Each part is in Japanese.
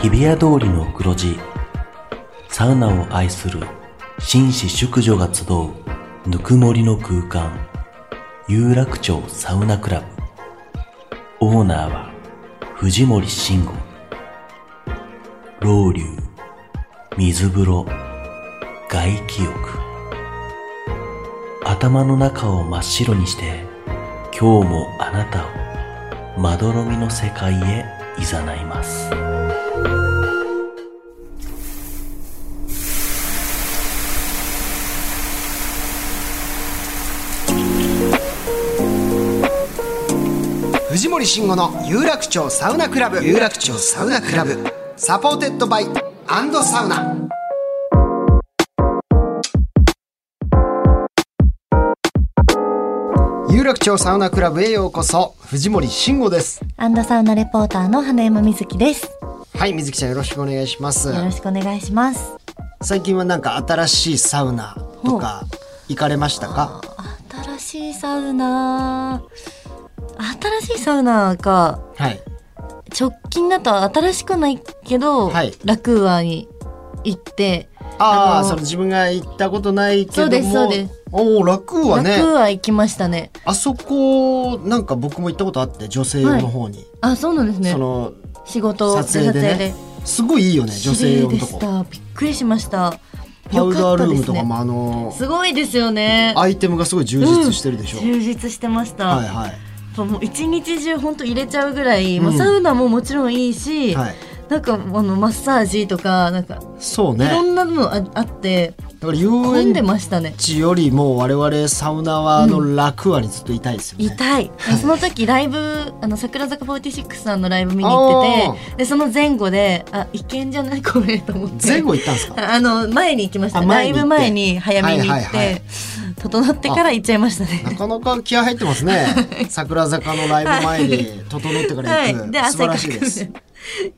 日比谷通りの黒字サウナを愛する紳士淑女が集うぬくもりの空間有楽町サウナクラブオーナーは藤森慎吾老流水風呂外気浴頭の中を真っ白にして今日もあなたをまどろみの世界へ誘います藤森慎吾の有楽町サウナクラブ有楽町サウナクラブサポーテッドバイアンドサウナ有楽町サウナクラブへようこそ藤森慎吾ですアンドサウナレポーターの花山瑞希です。よはい水木ちゃんよろしくお願いしますろしくお願いします。最近はなんか新しいサウナとか行かれましたか新しいサウナー、新しいサウナーかはい直近だと新しくないけど、はいラクーアに行って、あああのその自分が行ったことないけどもそうですそうですおお楽はラクねーア行きましたね。あそこなんか僕も行ったことあって女性用の方に、あ、そうなんですねそ。の仕事撮影でねすごいいいよね女性用の綺麗でとしこた。びっくりしました。パウダールームとかよもかっあのたですね。すごいですよね。アイテムがすごい充実してるでしょ、充実してました。はいはいやっぱもう一日中本当入れちゃうぐらい、まあうんサウナももちろんいいし、はいなんかあのマッサージとかなんかそういねろんなのああってだから遊混んで園ましたね。地よりも我々サウナはあの楽はにずっといたいですよね、痛いその時ライブあの桜坂46さんのライブ見に行っててでその前後であいけんじゃないこれと思って前後行ったんですかああの前に行きましたあラ前イに行ブって前に早めに行って、はいはいはい整ってから行っちゃいましたなね。かなか気合入ってます ね桜坂のライブ前に整ってからは行く、い、で素晴汗からくしいです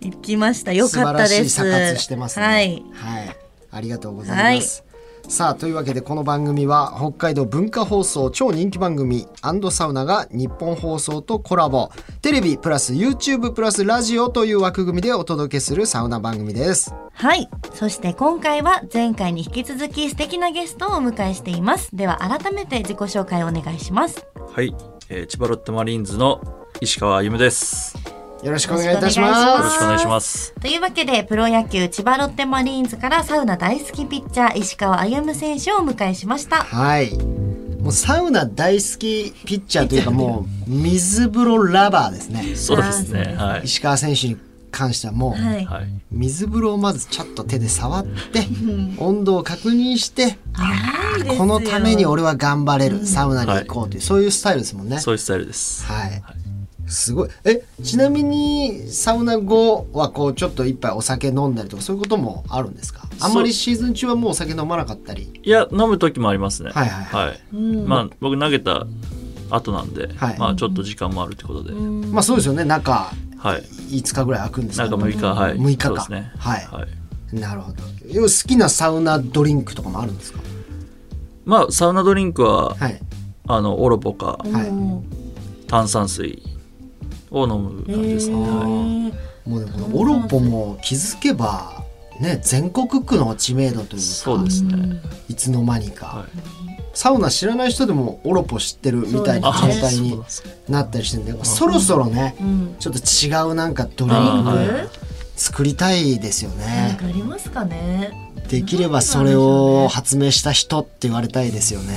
行きましたよかったで素晴らしすい作活してますね。はいありがとうございます。さあというわけでこの番組は北海道文化放送超人気番組アンドサウナが日本放送とコラボテレビプラス YouTube プラスラジオという枠組みでお届けするサウナ番組ですはい。そして今回は前回に引き続き素敵なゲストをお迎えしています。では改めて自己紹介お願いします。はい、えー、千葉ロッテマリーンズの石川歩夢です。よよろしくお願いいたしまよろすろしくお願いします。というわけで、プロ野球千葉ロッテマリーンズからサウナ大好きピッチャー石川歩夢選手をお迎えしました。はいもうサウナ大好きピッチャーというかもう水風呂ラバーですねそうですね。あはい。石川選手に関してはもう、はい。はい。水風呂をまずちょっと手で触って温度を確認してこのために俺は頑張れるサウナに行こうというそういうスタイルですもんねそういうスタイルです。はいすごいえちなみにサウナ後はこうちょっと一杯お酒飲んだりとかそういうこともあるんですかあんまりシーズン中はもうお酒飲まなかったりいや、飲む時もありますね。はいはいはまあ、僕投げた後なんで、はいまあ、ちょっと時間もあるってことで。まあそうですよね中はい。 5日ぐらい空くんですか中6日、はい。 6日かそうですね。はいはい。なるほど要は好きなサウナドリンクとかもあるんですかまあ、サウナドリンクは、はいあの、オロポかはい炭酸水を飲む感じですね。はいもうでもこのオロポも気づけばね全国区の知名度というかそうですね。いつの間にか、はいサウナ知らない人でもオロポ知ってるみたいなあ状態そうになんですかなったりしてるんでそろそろね、ちょっと違うなんかドリあーはンいク作りたいですよなんねかありますかね。 できればそれを発明した人って言われたいですよね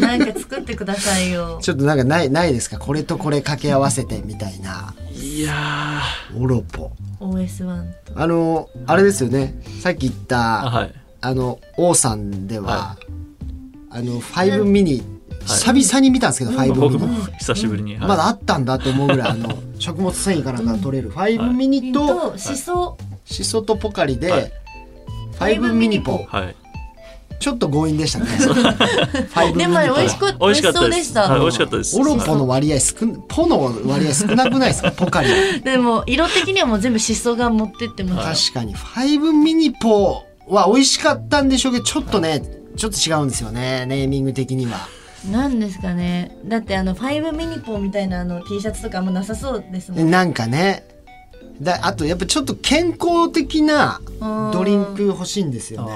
なんか作ってくださいよ。ちょっとなんかないないですかこれとこれ掛け合わせてみたいないやオロポ OS1 と。あのあれですよねさっき言ったー、はい。あの王さんでは、はあのファイブミニ、久々に見たんですけど、ファイブミ僕ニ、も 久しぶりに。はいまだあったんだと思うぐらいあ の食物繊維かなんかが取れるファイブミニとと、しそ。シソとポカリで、はいファイブミニポはい。ちょっと強引で したねファイブミでニもあれ美味しポく、美美味味しかしったそうで。ですした。はい、美味しかったです。オロポの割合少なポの割合少なくないですかポカリでも色的にはもう全部シソが持ってってました。確かにファイブミニポは美味しかったんでしょうけどちょっとねちょっと違うんですよねネーミング的にはなんですかねだってあのファイブミニポーみたいなあの T シャツとかあんまなさそうですもんなんかねだあとやっぱちょっと健康的なドリンク欲しいんですよね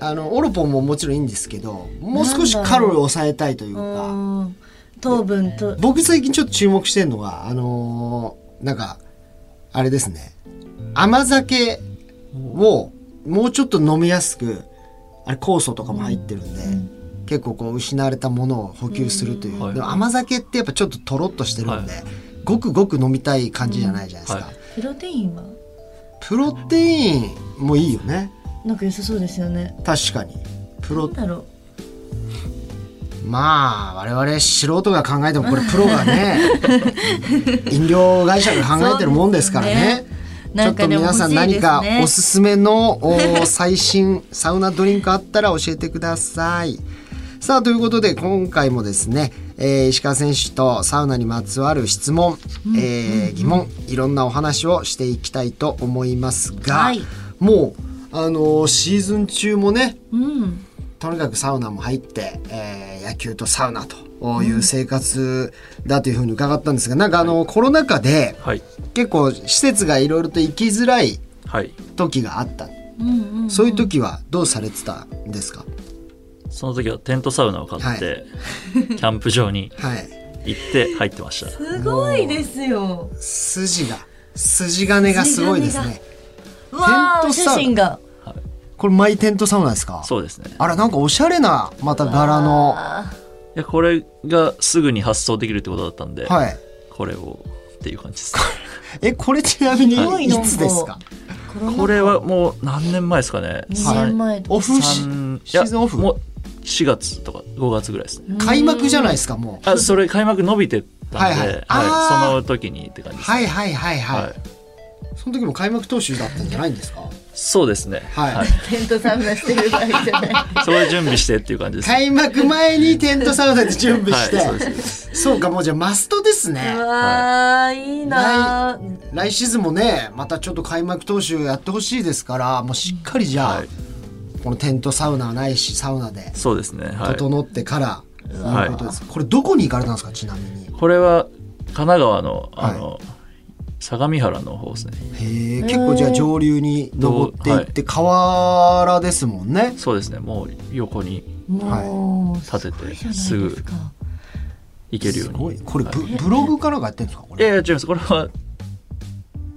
ああのオロポンももちろんいいんですけどもう少しカロリーを抑えたいというかうん糖分と僕最近ちょっと注目してるのがあのーなんかあれですね甘酒をもうちょっと飲みやすくあれ酵素とかも入ってるんで、結構こう失われたものを補給するという、はいでも甘酒ってやっぱちょっととろっとしてるんで、ごくごく飲みたい感じじゃないじゃないですか、はいプロテインはプロテインもいいよねなんか良さそうですよね確かにプロなんだろまあ我々素人が考えてもこれプロが ね飲料会社が考えてるもんですからねうなんちょかっでとも皆欲しさいんですね何かおすすめのお最新サウナドリンクあったら教えてください。さあということで今回もですね、えー石川選手とサウナにまつわる質問、えー疑問いろんなお話をしていきたいと思いますが、はいもう、あのーシーズン中もねううんとにかくサウナも入って、えー野球とサウナという生活だというふうに伺ったんですが、なんかあのコロナ禍ではい結構施設がいろいろと行きづらいはい時があったうんうんうんそういう時はどうされてたんですか、その時はテントサウナを買って、キャンプ場にはい行って入ってましたすごいですよ筋が筋金がすごいですねうわテンート写サウナ真がこれマイテントサウナですかそうですねあらなんかおしゃれなまた柄のはいやこれがすぐに発送できるってことだったんで、いこれをっていう感じですえこれちなみにはいいつですかコロナ禍これはもう何年前ですかね二年前とオフシ三シーズンオフいやもう4月とか5月ぐらいですね開幕じゃないですかもうあそれ開幕伸びてたんで、ははいいはいあーその時にって感じです、はいはいはいはい、はいその時も開幕投手だったんじゃないんですかそうですねはいテントサウナしてる場合じゃないそれで準備してっていう感じです開幕前にテントサウナで準備して、はいそうでそうかもうじゃあマストですねうわーいいなー来シーズンもねまたちょっと開幕投手やってほしいですからもうしっかりじゃあ、はいこのテントサウナはないしサウナでそうですねはい整ってから、はいということですこれどこに行かれたんですかちなみにこれは神奈川のあの、相模原の方ですねへえ結構じゃあ上流に登っていっどうて河原ですもんねそうですねもう横にもう立ててすすごいじゃないぐですか行けるよすうごいにこれブ,、ブログかなんかやってるんですかこいやいれや違いますこれは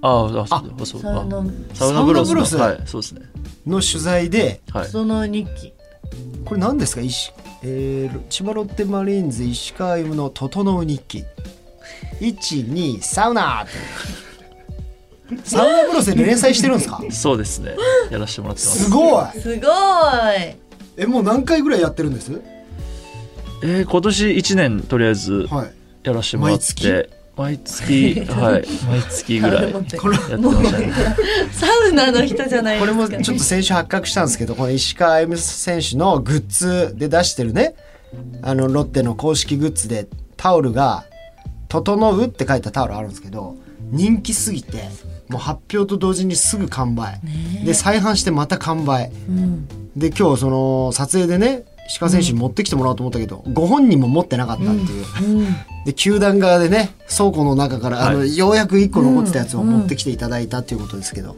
ああそうそうサウナあサウナブロサウナブスのロスはいそうですねの取材ではいその日記これ何ですか石、えー、千葉ロッテマリーンズ石川由の「整う日記」12サウナーってサウナブロスで連載してるんですかそうですねやらせてもらってます すごいすごいえもう何回ぐらいやってるんですえー、今年1年とりあえずはいやらせてもらって毎月はい毎月 ぐらいやってこれましたねサウナの人じゃないこでれすかもちょっと先週発覚したんですけどこの石川歩夢選手のグッズで出してるねあのロッテの公式グッズでタオルが「整う」って書いたタオルあるんですけど人気すぎてもう発表と同時にすぐ完売、で再販してまた完売、で今日その撮影でね石川選手に持ってきてもらおうと思ったけど、ご本人も持ってなかったっていう、で球団側でね倉庫の中から、あのはいようやく1個残ってたやつを持ってきていただいたっていうことですけど、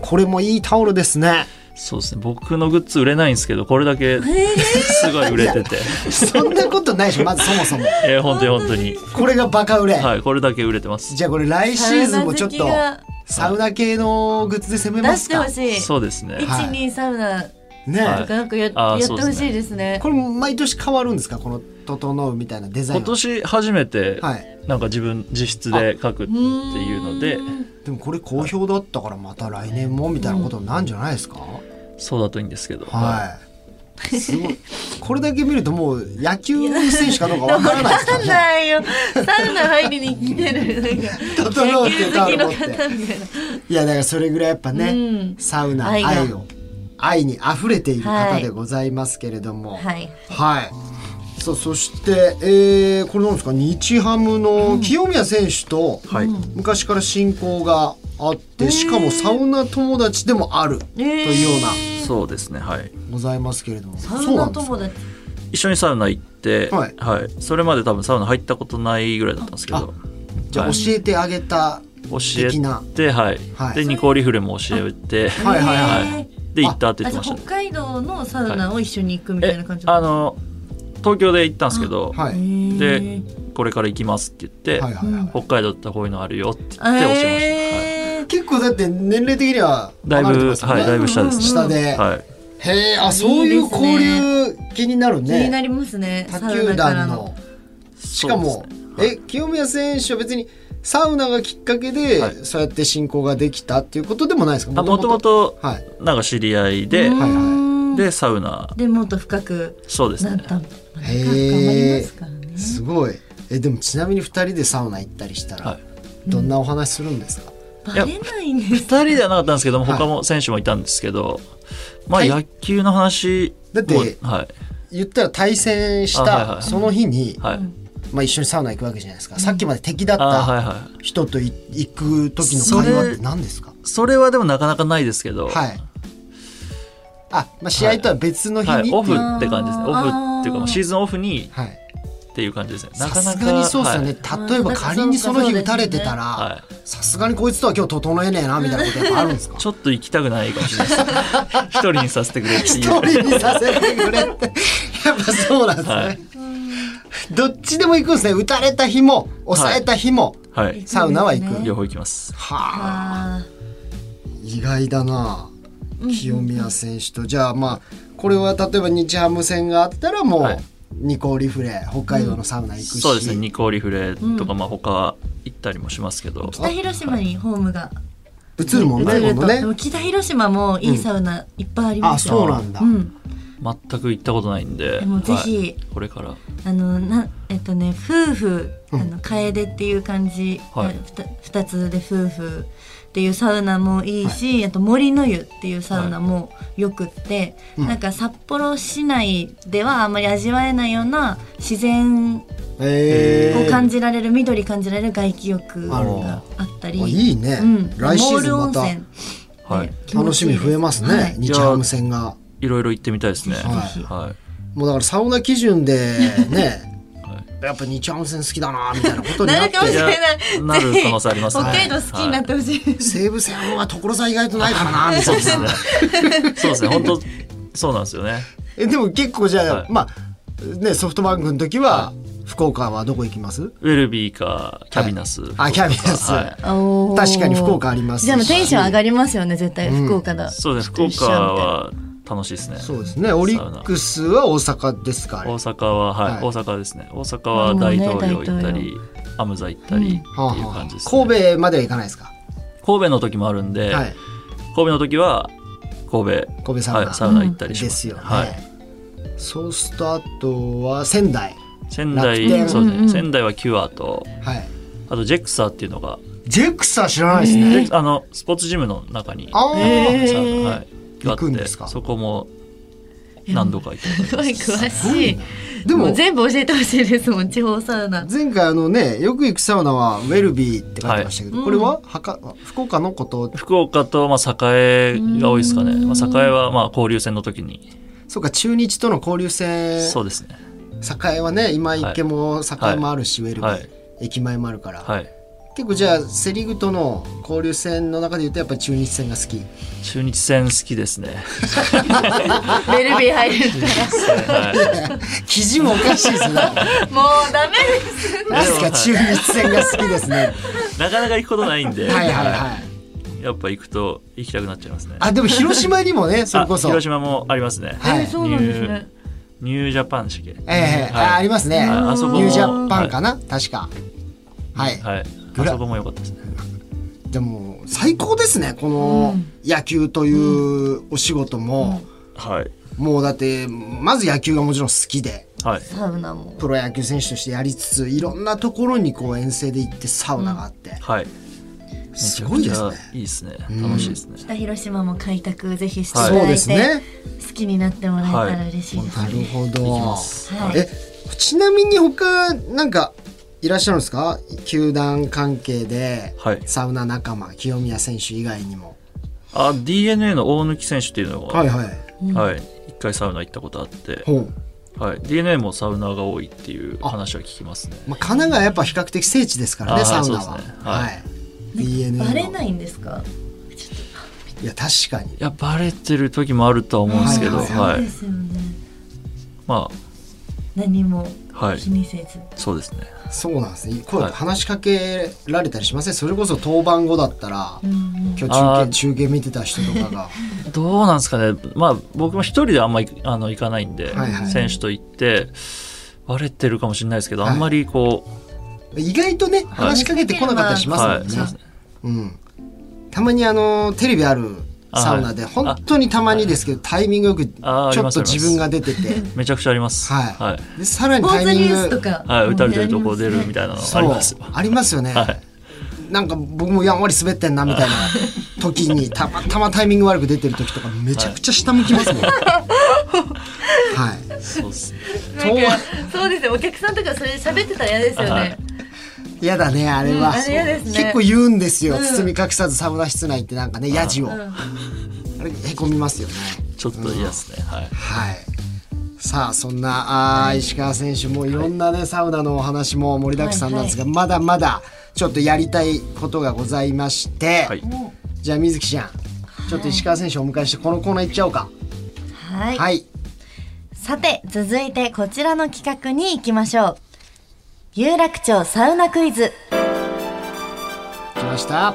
これもいいタオルですね。そうですね僕のグッズ売れないんですけどこれだけすごい売れて てそんなことないでしょまずそもそも。えー、本当に本当にこれがバカ売れ。はいこれだけ売れてますじゃあこれ来シーズンもちょっとサウナ好サウナ系のグッズで攻めきがま出すしてかほ。しいそうですねはい一二サウナね、はとかなんかや,、あやーってそうですほねしいですねこれ毎年変わるんですかこの整うみたいなデザイン今は。年初めてはいなんか自分自筆で書くっていうのででもこれ好評だったからまた来年もみたいなことになんじゃないですか。そうだといいんですけどははい。すごい。これだけ見るともう野球選手かどうかわからないですか わかんらね。ないよサウナ入りに来てるなんか整うっていう野球タオ好きルの持っ方てみたいないやだからそれぐらいやっぱね、うんサウナ愛愛がを愛に溢れている方でございますけれどもはいはいはいさあそして、えーこれなんですか日ハムの清宮選手とい昔から親交があって、しかもサウナ友達でもあるというような、そうですねはいございますけれどもサそうウなナんです友か達一緒にサウナ行ってははいいそれまで多分サウナ入ったことないぐらいだったんですけあどじゃあはい教えてあげた教的なえて、はいはいでニコーリフレも教えてはいはいはいで行ったってあ言っじゃあてましたね北海道のサウナを一緒に行くみたいなえ感じあなのの東京で行ったんですけど、はいでへこれから行きますって言って、はいはいはい北海道ってこういうのあるよって言って教えました、え結構だって年齢的にはだい離れてぶ、ますもんはねい、だいぶ下ですね、下で、はい、へえあそういう交流気になる気にねなりますね卓球団のししかも、え清宮選手は別にサウナがきっかけで、はいそうやって親交ができたっていうことでもないですかもとも元と々はいなんか知り合いで、はいででサウナでもっと深くそうですなっねたへ頑張りまえすからねすごいえでもちなみに2人でサウナ行ったりしたら、はいどんなお話するんですか、バいやレないんです2人ではなかったんですけどもはい他も選手もいたんですけど、まあはい野球の話だってもはい言ったら対戦しあはいはたいその日に、はい、まあ、一緒にサウナ行くわけじゃないですか、さっきまで敵だっあはいたはい人とい行く時の会話って何ですかそれはでもなかなかないですけど、はいあ、まあ、試合とは別の日にっはてい、いう、オフって感じですねオあーフっていうかもうシーズンオフにはいっていう感じですねさなかなかすがにそうですよね、い例えば仮にその日打たれてたはいはらいさすがにこいつとは今日整えねえなみたいなことやっぱあるんですかちょっと行きたくないかもしれないですね一人にさせてくれって 一いう人にさせてくれ ってやっぱそうなんですね、はいどっちでも行くんですね打たれた日も抑えた日も、はいサウナは行くそうですね両方行きますはああー意外だな清宮選手とじゃあまあこれは例えば日ハム戦があったらもう、はいニコーリフレ北海道のサウナ行くし、そうですねニコーリフレとか、まあ他行ったりもしますけど北広島にホームが映るもんね映今ると度でねも北広島もいいサウナいっぱいありあますそうよなんだ、うん全く行ったことないんででもぜひはいこれからあのなえっとね夫婦あの楓っていう感じ、はいふた2つで夫婦っていうサウナもいいし、あと森の湯っていうサウナもよくって、うんなんか札幌市内ではあんまり味わえないような自然をえー感じられる、緑感じられる外気浴あるがあったりあいいね、うん、来シーズンモまールた温泉はいね気持楽ちしいいみです増えますね、はい日ハム戦がいろいろ行ってみたいですねはいはもうだからサウナ基準 でねいはいやっぱ日ハム戦好きだなみたいなことにななっるてかもしれないいやなる可能性ありますねぜ ひ北海道好きになってほしい、西武戦は所沢意外とないから なみたいなそうですね本当そうなんですよねえでも結構じゃあ、はいまあねソフトバンクの時は、福岡はどこ行きますウェルビーかキャビナス、あキャビナスはい確 確かに福岡ありますしじゃあもうテンション上がりますよね絶対、うん福岡だそうですね福一緒みた岡いなは楽しいですねそうですねオリックスは大阪ですかあれ大阪は、はいはい大阪ですね大阪は大統領行ったり、アムザ行ったりっていうはあはあ感じです、ね神戸までは行かないですか、神戸の時もあるんで、はい神戸の時は神戸神戸サウナ、はい、サウナ行ったでりしますす,、よね、はい、そうするとあとは仙台仙楽天台そうですね、うんうん仙台はキュアとはいあとジェクサーっていうのが、ジェクサ知らないですジね。ェクあのスポーツジムの中にあーサウナはいがあ行くっんてですかそこも何度か行ったすごい詳しいでももう全部教えてほしいですもん地方サウナ前回あのねよく行くサウナはウェルビーって書いてましたけど、はいこれははか福岡のこと福岡と、まあ、栄が多いですかね、まあ、栄は、まあ、交流戦の時にそうか中日との交流戦そうですね栄はね今池も栄もあるし、ウェルビー、はい駅前もあるから、はい結構じゃあセ・リーグとの交流戦の中で言うとやっぱり中日戦が好き中日戦好きですねベルビー入るか はい記事もおかしい ですねらもうダメです何ですか中日戦が好きですねなかなか行くことないんではいはいはいやっぱ行くと行きたくなっちゃいますねあでも広島にもねそれこそあ広島もありますね、はいえそうなんですねニュージャパン式えええあありますねああそこもニュージャパンかな、確かはい、はい、はい、グあラそこも良かったですねでも最高ですねこの野球というお仕事も、はいもうだってまず野球がもちろん好きではいサウナもプロ野球選手としてやりつついろんなところにこう遠征で行ってサウナがあって、はいすごいですねめちゃくちゃいいですね楽しいですね、北広島も開拓ぜひしていはいたそうだでいすて、ね好きになってもらえたら嬉しいです、なるほど行きますはいえちなみに他なんかいらっしゃるんですか球団関係で、はいサウナ仲間清宮選手以外にもあ d n a の大貫選手っていうのがはいはいはい、一回サウナ行ったことあって、ほう、はい、d n a もサウナーが多いっていう話は聞きますねまあ、神奈川やっぱ比較的聖地ですからねあサウナそは、うですねははいい BNN バレいないんですかちょっいや確かにいやバレてる時もあるとは思とうんですけど、はいははいいそうですよねま何もあはい気にせず、そうですねそうなんですねこうはい話しかけられたりしませんそれこそ当番後だったらうんうん今日あ中継ー中継見てた人とか がどうなんですかねまあ僕も一人であんまりあの行かないんで、はいはい選手と行ってバレてるかもしれないですけど、はいあんまりこう意外とね話しかけてこなかったりしますもんはいね、そうですねうん、たまにあのテレビあるサウナであはい本当にたまにですけどタイミングよくちあーありょまっすと自分が出 ててめちゃくちゃありますはいはいでさらにポターズイミニンュグースとかはい打たれてるとこ出るみたいなのありますそうありますよね、はいなんか僕もやんわり滑ってんなみ たいな時にたまたまタイミング悪く出てる時とかめちゃくちゃ下向きますもん はい、そうですねなんかそうですよお客さんとかそれ喋ってたら嫌ですよはねいやだねあれは、うんあれ嫌ですね結構言うんですよ、うん包み隠さずサウナ室内ってなんかねやじを、あれへこみますよねちょっと嫌ですね、はいはい。さあそんなあー石川選手もいろんなねサウナのお話も盛りだくさんなんですが、まだまだちょっとやりたいことがございまして、はいじゃあ水木ちゃんちょっと石川選手をお迎えしてこのコーナー行っちゃおうか。はい、はい。さて続いてこちらの企画に行きましょう有楽町サウナクイズ来ました。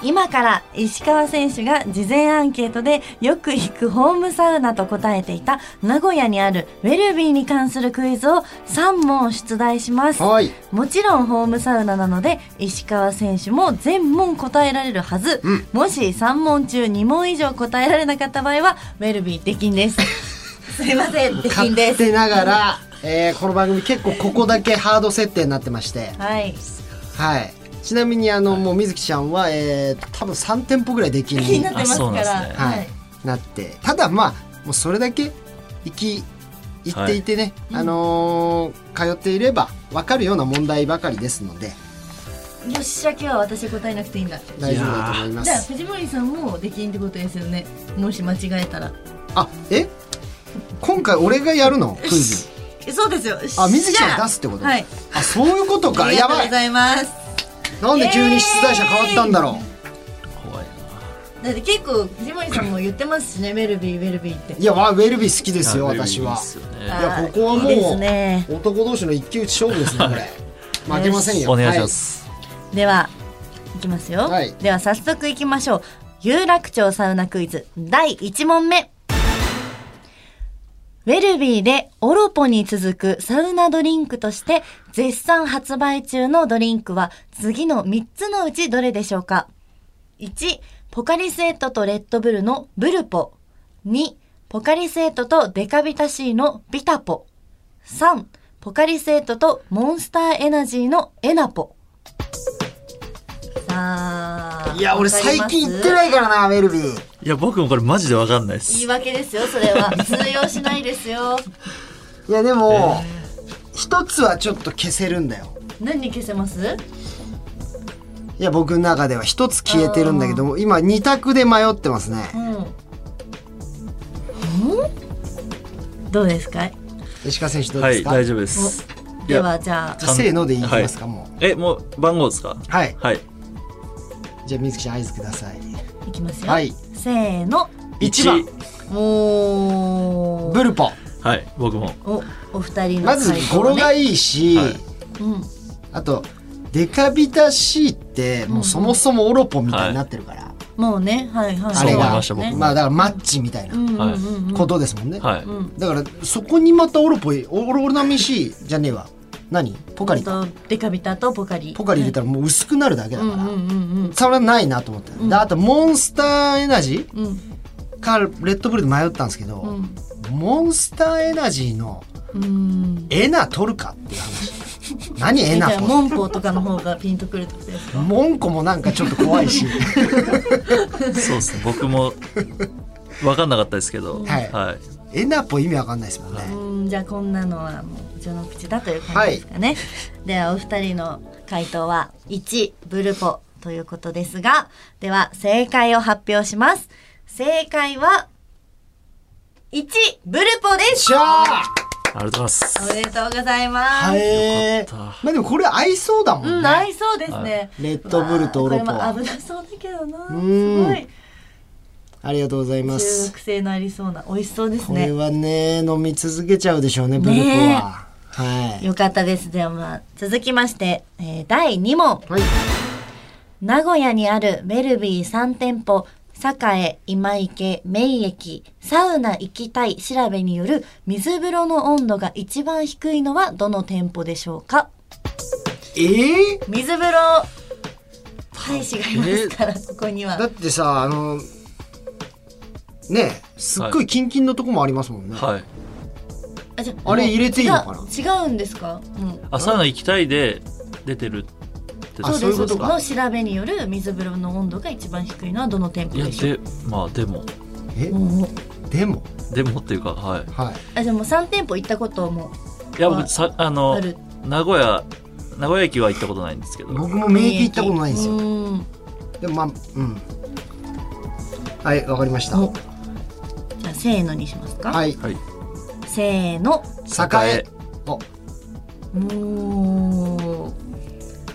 今から石川選手が事前アンケートでよく行くホームサウナと答えていた名古屋にあるウェルビーに関するクイズを3問出題します。はい。もちろんホームサウナなので石川選手も全問答えられるはず、もし3問中2問以上答えられなかった場合はウェルビー出 禁ですすいません出禁で勝す手ながら、えーこの番組結構ここだけハード設定になってまして、はいはい。ちなみにあの、もう水木ちゃんは、えー多分3店舗ぐらいでき気るになってますからあそうなんですねはいなってただまあもうそれだけ行き行っていてね、あのー通っていれば分かるような問題ばかりですのでよっしゃ今日は私答えなくていいんだ大丈夫だと思いまじゃあす藤森さんも出禁ってことですよねもし間違えたらあえ今回俺がやるのクイズえそうですよあ水木ちゃんが出すってことはいあそういうことあかりやがとうばごいざいますなんで急に出題者変わったんだろ怖いなだって結構藤森さんも言ってますしねウェルビーウェルビーってういやわウェルビー好きですよいや私はですよねいやここはもういいですね男同士の一騎打ち勝負ですねこれ負けませんよお願いします、 では、いきますよ。はいでは、早速いきましょう。有楽町サウナクイズ第1問目。ウェルビーでオロポに続くサウナドリンクとして絶賛発売中のドリンクは次の3つのうちどれでしょうか ?1、ポカリスエットとレッドブルのブルポ。2、ポカリスエットとデカビタ C のビタポ。3、ポカリスエットとモンスターエナジーのエナポ。さはあ。いいや俺最近行ってい。ないからなウェルビーいや僕もこれマジでわかんないです言い訳ですよ、それは。 通用しないですよ。いやでも、一つはちょっと消せるんだよ何に消せますいや僕の中では一つ消えてるんだけども今二択で迷ってますねうん。どうですか石川選手どうはですいか、大丈夫ですいでやは、じゃあ、じゃあせーので言いきますか、もえもう番号ですかうはいはいじゃあ水木ちゃん合図くださいいきますよ。はいせーの。一番おーブルポはい僕もお、お二人のまず回答語呂がねいいし、はいうん。あとデカビタ C ってもうそもそもオロポみたいになってるから、もうね、はいはい。あれそう思いがました僕もまあだからマッチみたいうんなうんうんうん。ことですもんね、はい、だからそこにまたオロポいオロオロナミ C じゃねえわ何ポカリかとデカビタとポカリ。ポカリ入れたらもう薄くなるだけだうかんうんら、うんそれはないなと思って、であとモンスターエナジうん。うんーかレッドブルで迷ったんですけど、んモンスターエナジーのうん。エナ取るかっていう話 何エえじナゃあ、ポモンポウとかの方がピンとくるってことですかモンコもなんかちょっと怖 いしそうで すね僕もわかんなかったですけどはいエナポ意味わかんないですもんね、うんじゃあこんなのはもう序の口だという感じですかね、ではお二人の回答は1ブルポということですがでは正解を発表します正解は1ブルポですしゃあありがとうございます。おめでとうございます。はえよかっまあでもこれ合いそうだもうんん、合ね。いそうですね。レッドブルとオロポまあはこれも危なそうだけどな。んすごい。ありがとうございま中す。毒性のありそうな。美味しそうですこれね。はね飲み続けちゃうでしょうねブルコねは。はい。よかったです。では、まあ、続きまして、えー第2問。はい。名古屋にあるウェルビー3店舗、栄、今池、名駅、サウナ行きたい調べによる水風呂の温度が一番低いのはどの店舗でしょうかええ？水風呂大使がいますから、ここにだは。ってさあのねすっごいキンキンのとこもありますもんね。たはい。あじゃあれ入れていいのかな違う違うんですか、うん、あ、サウナ行きたいで出てるってあそういうことかの調べによる水風呂の温度が一番低いのはどの店舗いや、でしょうで、まあ、でも、えおおでもでもっていうか、はい。はい。あじゃあもう3店舗行ったこともいや、まあ僕、さ、あのあ、る名古屋、名古屋駅は行ったことないんですけど。僕も免疫行ったことないんですよ。うんでもまあうん。はいわかりました。おじゃあせーのにしますか、はい。はい。せーの栄。おおー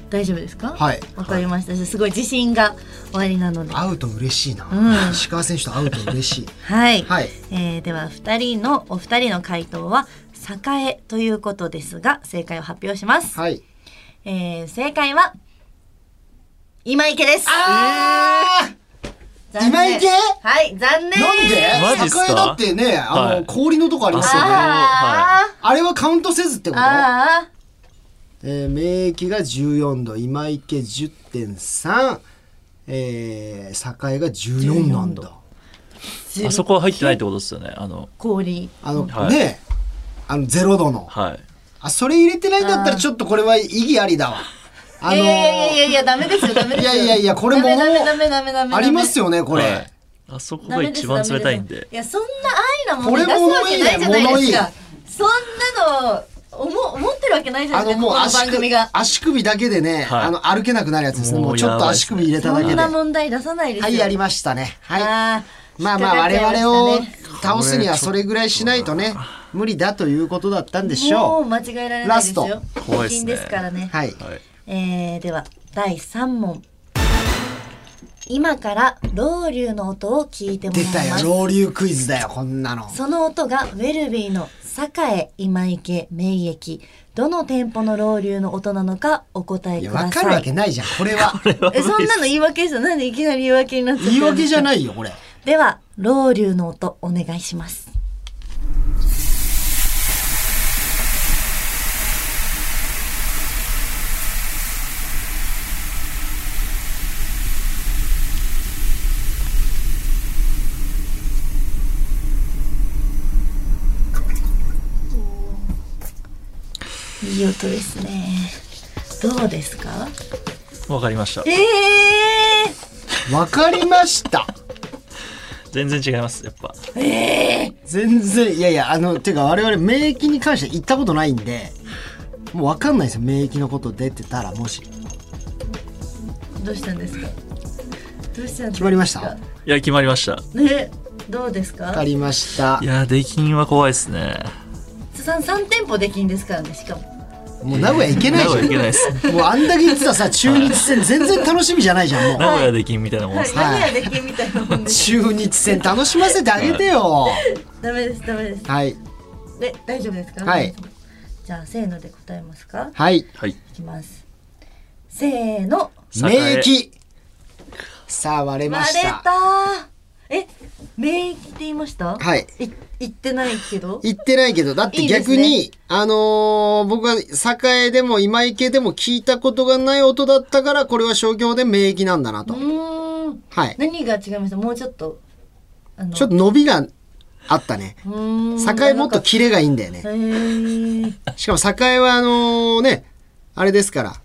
大丈夫ですかわ、はい。かりましたじゃあすごい自信が終わりなので会うと嬉しいな。うん石川選手と会うと嬉 しい。はい、はい。えーでは2人のお二人の回答は栄ということですが正解を発表します、はい。えー正解は今池ですあ残今念池はいなん残念でマジっすか栄だってね、あはの、い氷のとこありますよね。ああれはカウントせずってーことあえー、免疫が14度、今池10.3、えー、栄が14なんだ。ーあそこは入ってないってことですよね。あの、氷あの、はいねあの、0度の。はい。あ、それ入れてないんだったらちょっとこれは意義ありだわ。あのー いやいやいやいやダメですよダメですよいやいやいやこれもダメダメダメダメダメありますよね、これ。はいあそこが一番冷たいんで。いやそんな愛なもの出すこれわ物言けいなだいよじゃないです物かそんなの思思ってるわけないじゃあないでのすもかこうの足番組首が足首だけでね、はいあの歩けなくなるやつですね。もうもうちょっとやばいっす足首入れただそけんで。なは問題出さないですよい、やりましたね。はい。あーまあまあ引っかかっち我ゃい々をましたね倒すにはそれぐらいしないとね、無理だということだったんでしもょう間違えられないですよラ怖いっすね金ですからねう。はい。はい。えー、では第三問今からロウリュウの音を聞いてもら出いまたよ、す老流クイズだよ、こんなの。その音がウェルビーの栄今池名駅どの店舗のロウリュウの音なのかお答えいや、くわだかるわさけいないじゃん、これは。えそんなの言い訳ですよなんでいきなり言い訳になっちゃった言い訳じゃいないよ、これ。ではロウリュウの音お願いしますいい音ですねどうですかわかりましたえ。えわかりました。全然違います、やっぱ。全然、いやいや、あの、てか我々免疫に関して言ったことないんで、もうわかんないですよ、免疫のこと出てたら、もし。どうしたんですか。どうしたんですか。決まりましたいや、決まりました。ね、どうですわかか。りましたい。や、出禁は怖いですね。三三店舗できんですからね、しかも。もう名古屋行けない名じゃ古ん屋行けないです。もうあんだけ言ってたさ、中日戦全然楽しみじゃないじゃん、もう。名古屋出禁みたいなもんはでい、す。はい何やできんみたいなもんで。中日戦楽しませてあげてよ。 ダメです、ダメです。はい。で、大丈夫ですか。はい。じゃあ、せーので答えますか。はい。はい。いきます。せーの。免疫。さあ、割れま割しれた。たー。え、免疫って言いました。はい。い、言ってないけど。言ってないけど、だっていいです逆ねに、あのー僕は栄でも今池でも聞いたことがない音だったから、これは商業で免疫なんだなうと。ーん。はい。何が違いました。もうちょっと。あのちょっと伸びがあったね。うーん。栄もっとキレがいいんだよねへ。ー。しかも栄はあのね、あれですから、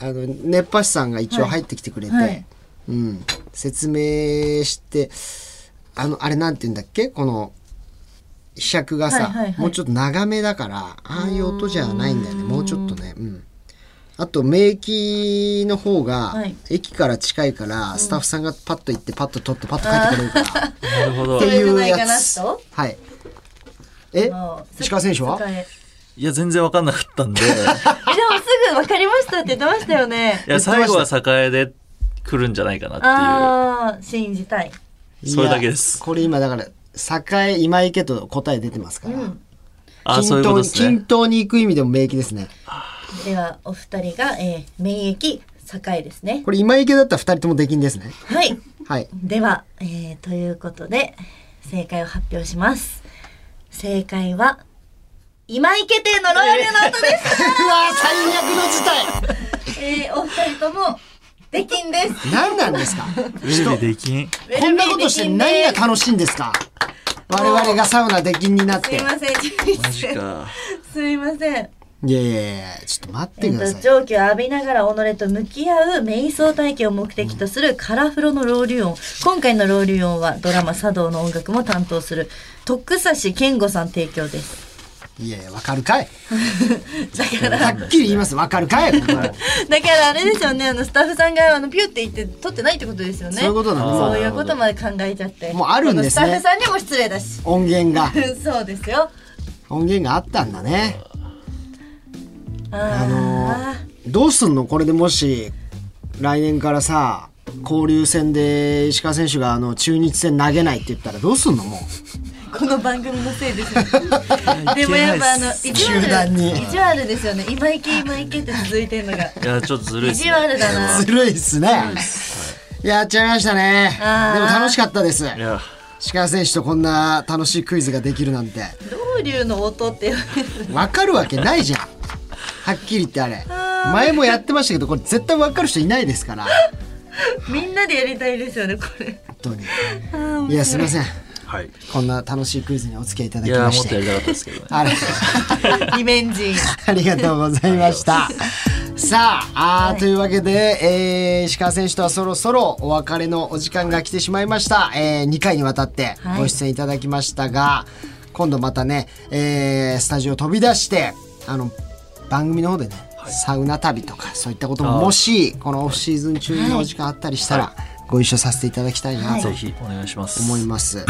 あの、熱波師さんが一応入ってきてくれて、はいはいうん、説明して、あの、あれなんて言うんだっけこの、飛尺がさ、はいはいはいもうちょっと長めだから、ああいう音じゃないんだよね。もうちょっとね、うん。あと、名駅の方がはい、駅から近いから、スタッフさんがパッと行 って、パッと取って、パッと帰ってくれるから、っなるほどて。それじゃいうないかやなつ。とはい。えもう石川選手は使えいや、全然分かんなかったんで、えでもすぐ分かりましたって言ってましたよねいや、最後は栄で来るんじゃないかなっああ信じたいていう、それだけですいや。これ今だから栄今池と答え出てますから、うんああ、そうい均う等ことでにす均ね。等に行く意味でも免疫ですねではお二人が、えー、免疫栄ですねこれ今池だったら二人ともできんですねはい はいでは、えーということで正解を発表します正解は今池亭のロイヤルの後で うわ最悪の事態す、えーお二人ともできんです何なんですかウェルビーできん。 こんなことして何が楽しいんですか我々がサウナ出禁になっすていいませんマジか。 すいませんやいやいやちょっと待ってえくっだと、さい蒸気を浴びながら己と向き合う瞑想体験を目的とするカラフロのロウリュ音。今回のロウリュ音はドラマ茶道の音楽も担当する徳差健吾さん提 供です。いやいやわかるかいだから、はっきり言いますわかるかいこれもだからあれですよね、あのスタッフさんがあのピュって言って撮ってないってことですよね。そういうことだねそもうういうことまで考えちゃって。もうあるんですねこのスタッフさんにも失礼だし。 音源がそうですよ。音源があったんだねああのあどうすんのこれでもし来年からさ交流戦で石川選手があの中日戦投げないって言ったらどうすんのもうこの番組のせいですよ でもやっぱあの意地球団悪に意地悪ですよね今行け今行けって続いてるのがいや、ちょっとずるい意です地ね。悪だ なずるいっすねやっちゃいましたねあーでも楽しかったですいや、石川選手とこんな楽しいクイズができるなんて老流の音って 言われるわかるわけないじ ゃんはっきり言ってあれ前もやってましたけどこれ絶対わかる人いないですからみんなでやりたいですよねこ れ本当にいやすいませんはい。こんな楽しいクイズにお付き合いいただいきや、まもっしてとやりたかったですけどね。あれリベンジありがとうございました。さああー、というわけで、えー石川選手とはそろそろお別れのお時間が来てしまいました。え2回にわたってはいご出演いただきましたが、今度またね、えースタジオ飛び出して、あの、番組の方でね、サウナ旅とかそういったことももしこのオフシーズン中にお時間あったりしたら、ご一緒させていただきたいなとぜひ、お願いします。思います。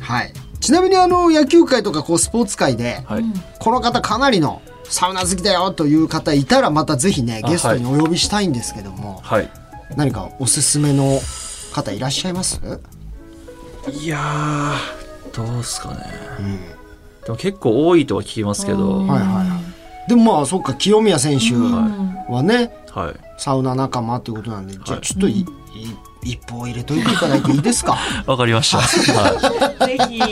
はい。ちなみにあの野球界とかこうスポーツ界で、はい。この方かなりのサウナ好きだよという方いたらまたぜひねあゲストにお呼びしたいんですけども、はい。何かおすすめの方いらっしゃいますいやー、どうすかね。でも結構多いとは聞きますけど、はいははいはいでもまあそっか清宮選手はねい。サウナ仲間ということなんで、じゃあちょっとい、い一歩を入れといていただいていい ですかわかりました。はぜひい。は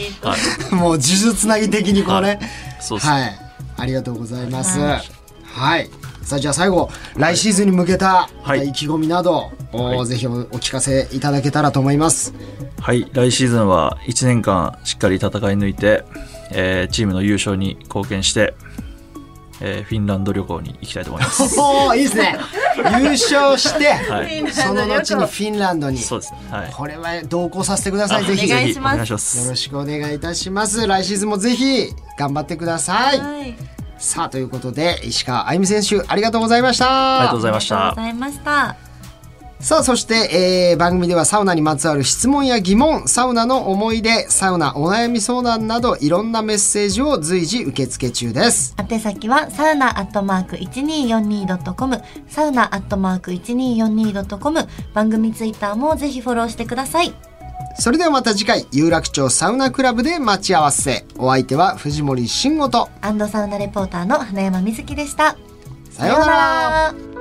い。もう呪術つなぎ的にこれ、はいそうですね。はい、ありがとうございます。はい、さあじゃあ最後来シーズンに向けたまたはい意気込みなど、おーぜひおお聞かせいただけたらと思います。はい、来シーズンは1年間しっかり戦い抜いて、えーチームの優勝に貢献して、えーフィンランド旅行に行きたいと思い ます。おーいいですね。優勝して、はい、その後におフィンランドにそうですね。はい。これは同行させてください。あぜひ願よいしますお願いします。ろしくお願いいたします。来シーズンもぜひ頑張ってください。はいさあということで石川あゆみ選手ありがとうございました。ありがとうございあまりしがとうたご。ざいましたさあそして、えー番組ではサウナにまつわる質問や疑問サウナの思い出サウナお悩み相談などいろんなメッセージを随時受付中です宛先はサウナアットマーク 1242.com サウナアットマーク 1242.com 番組ツイッターもぜひフォローしてくださいそれではまた次回有楽町サウナクラブで待ち合わせお相手は藤森慎吾とアンドサウナレポーターの花山瑞希でしたさようならうなら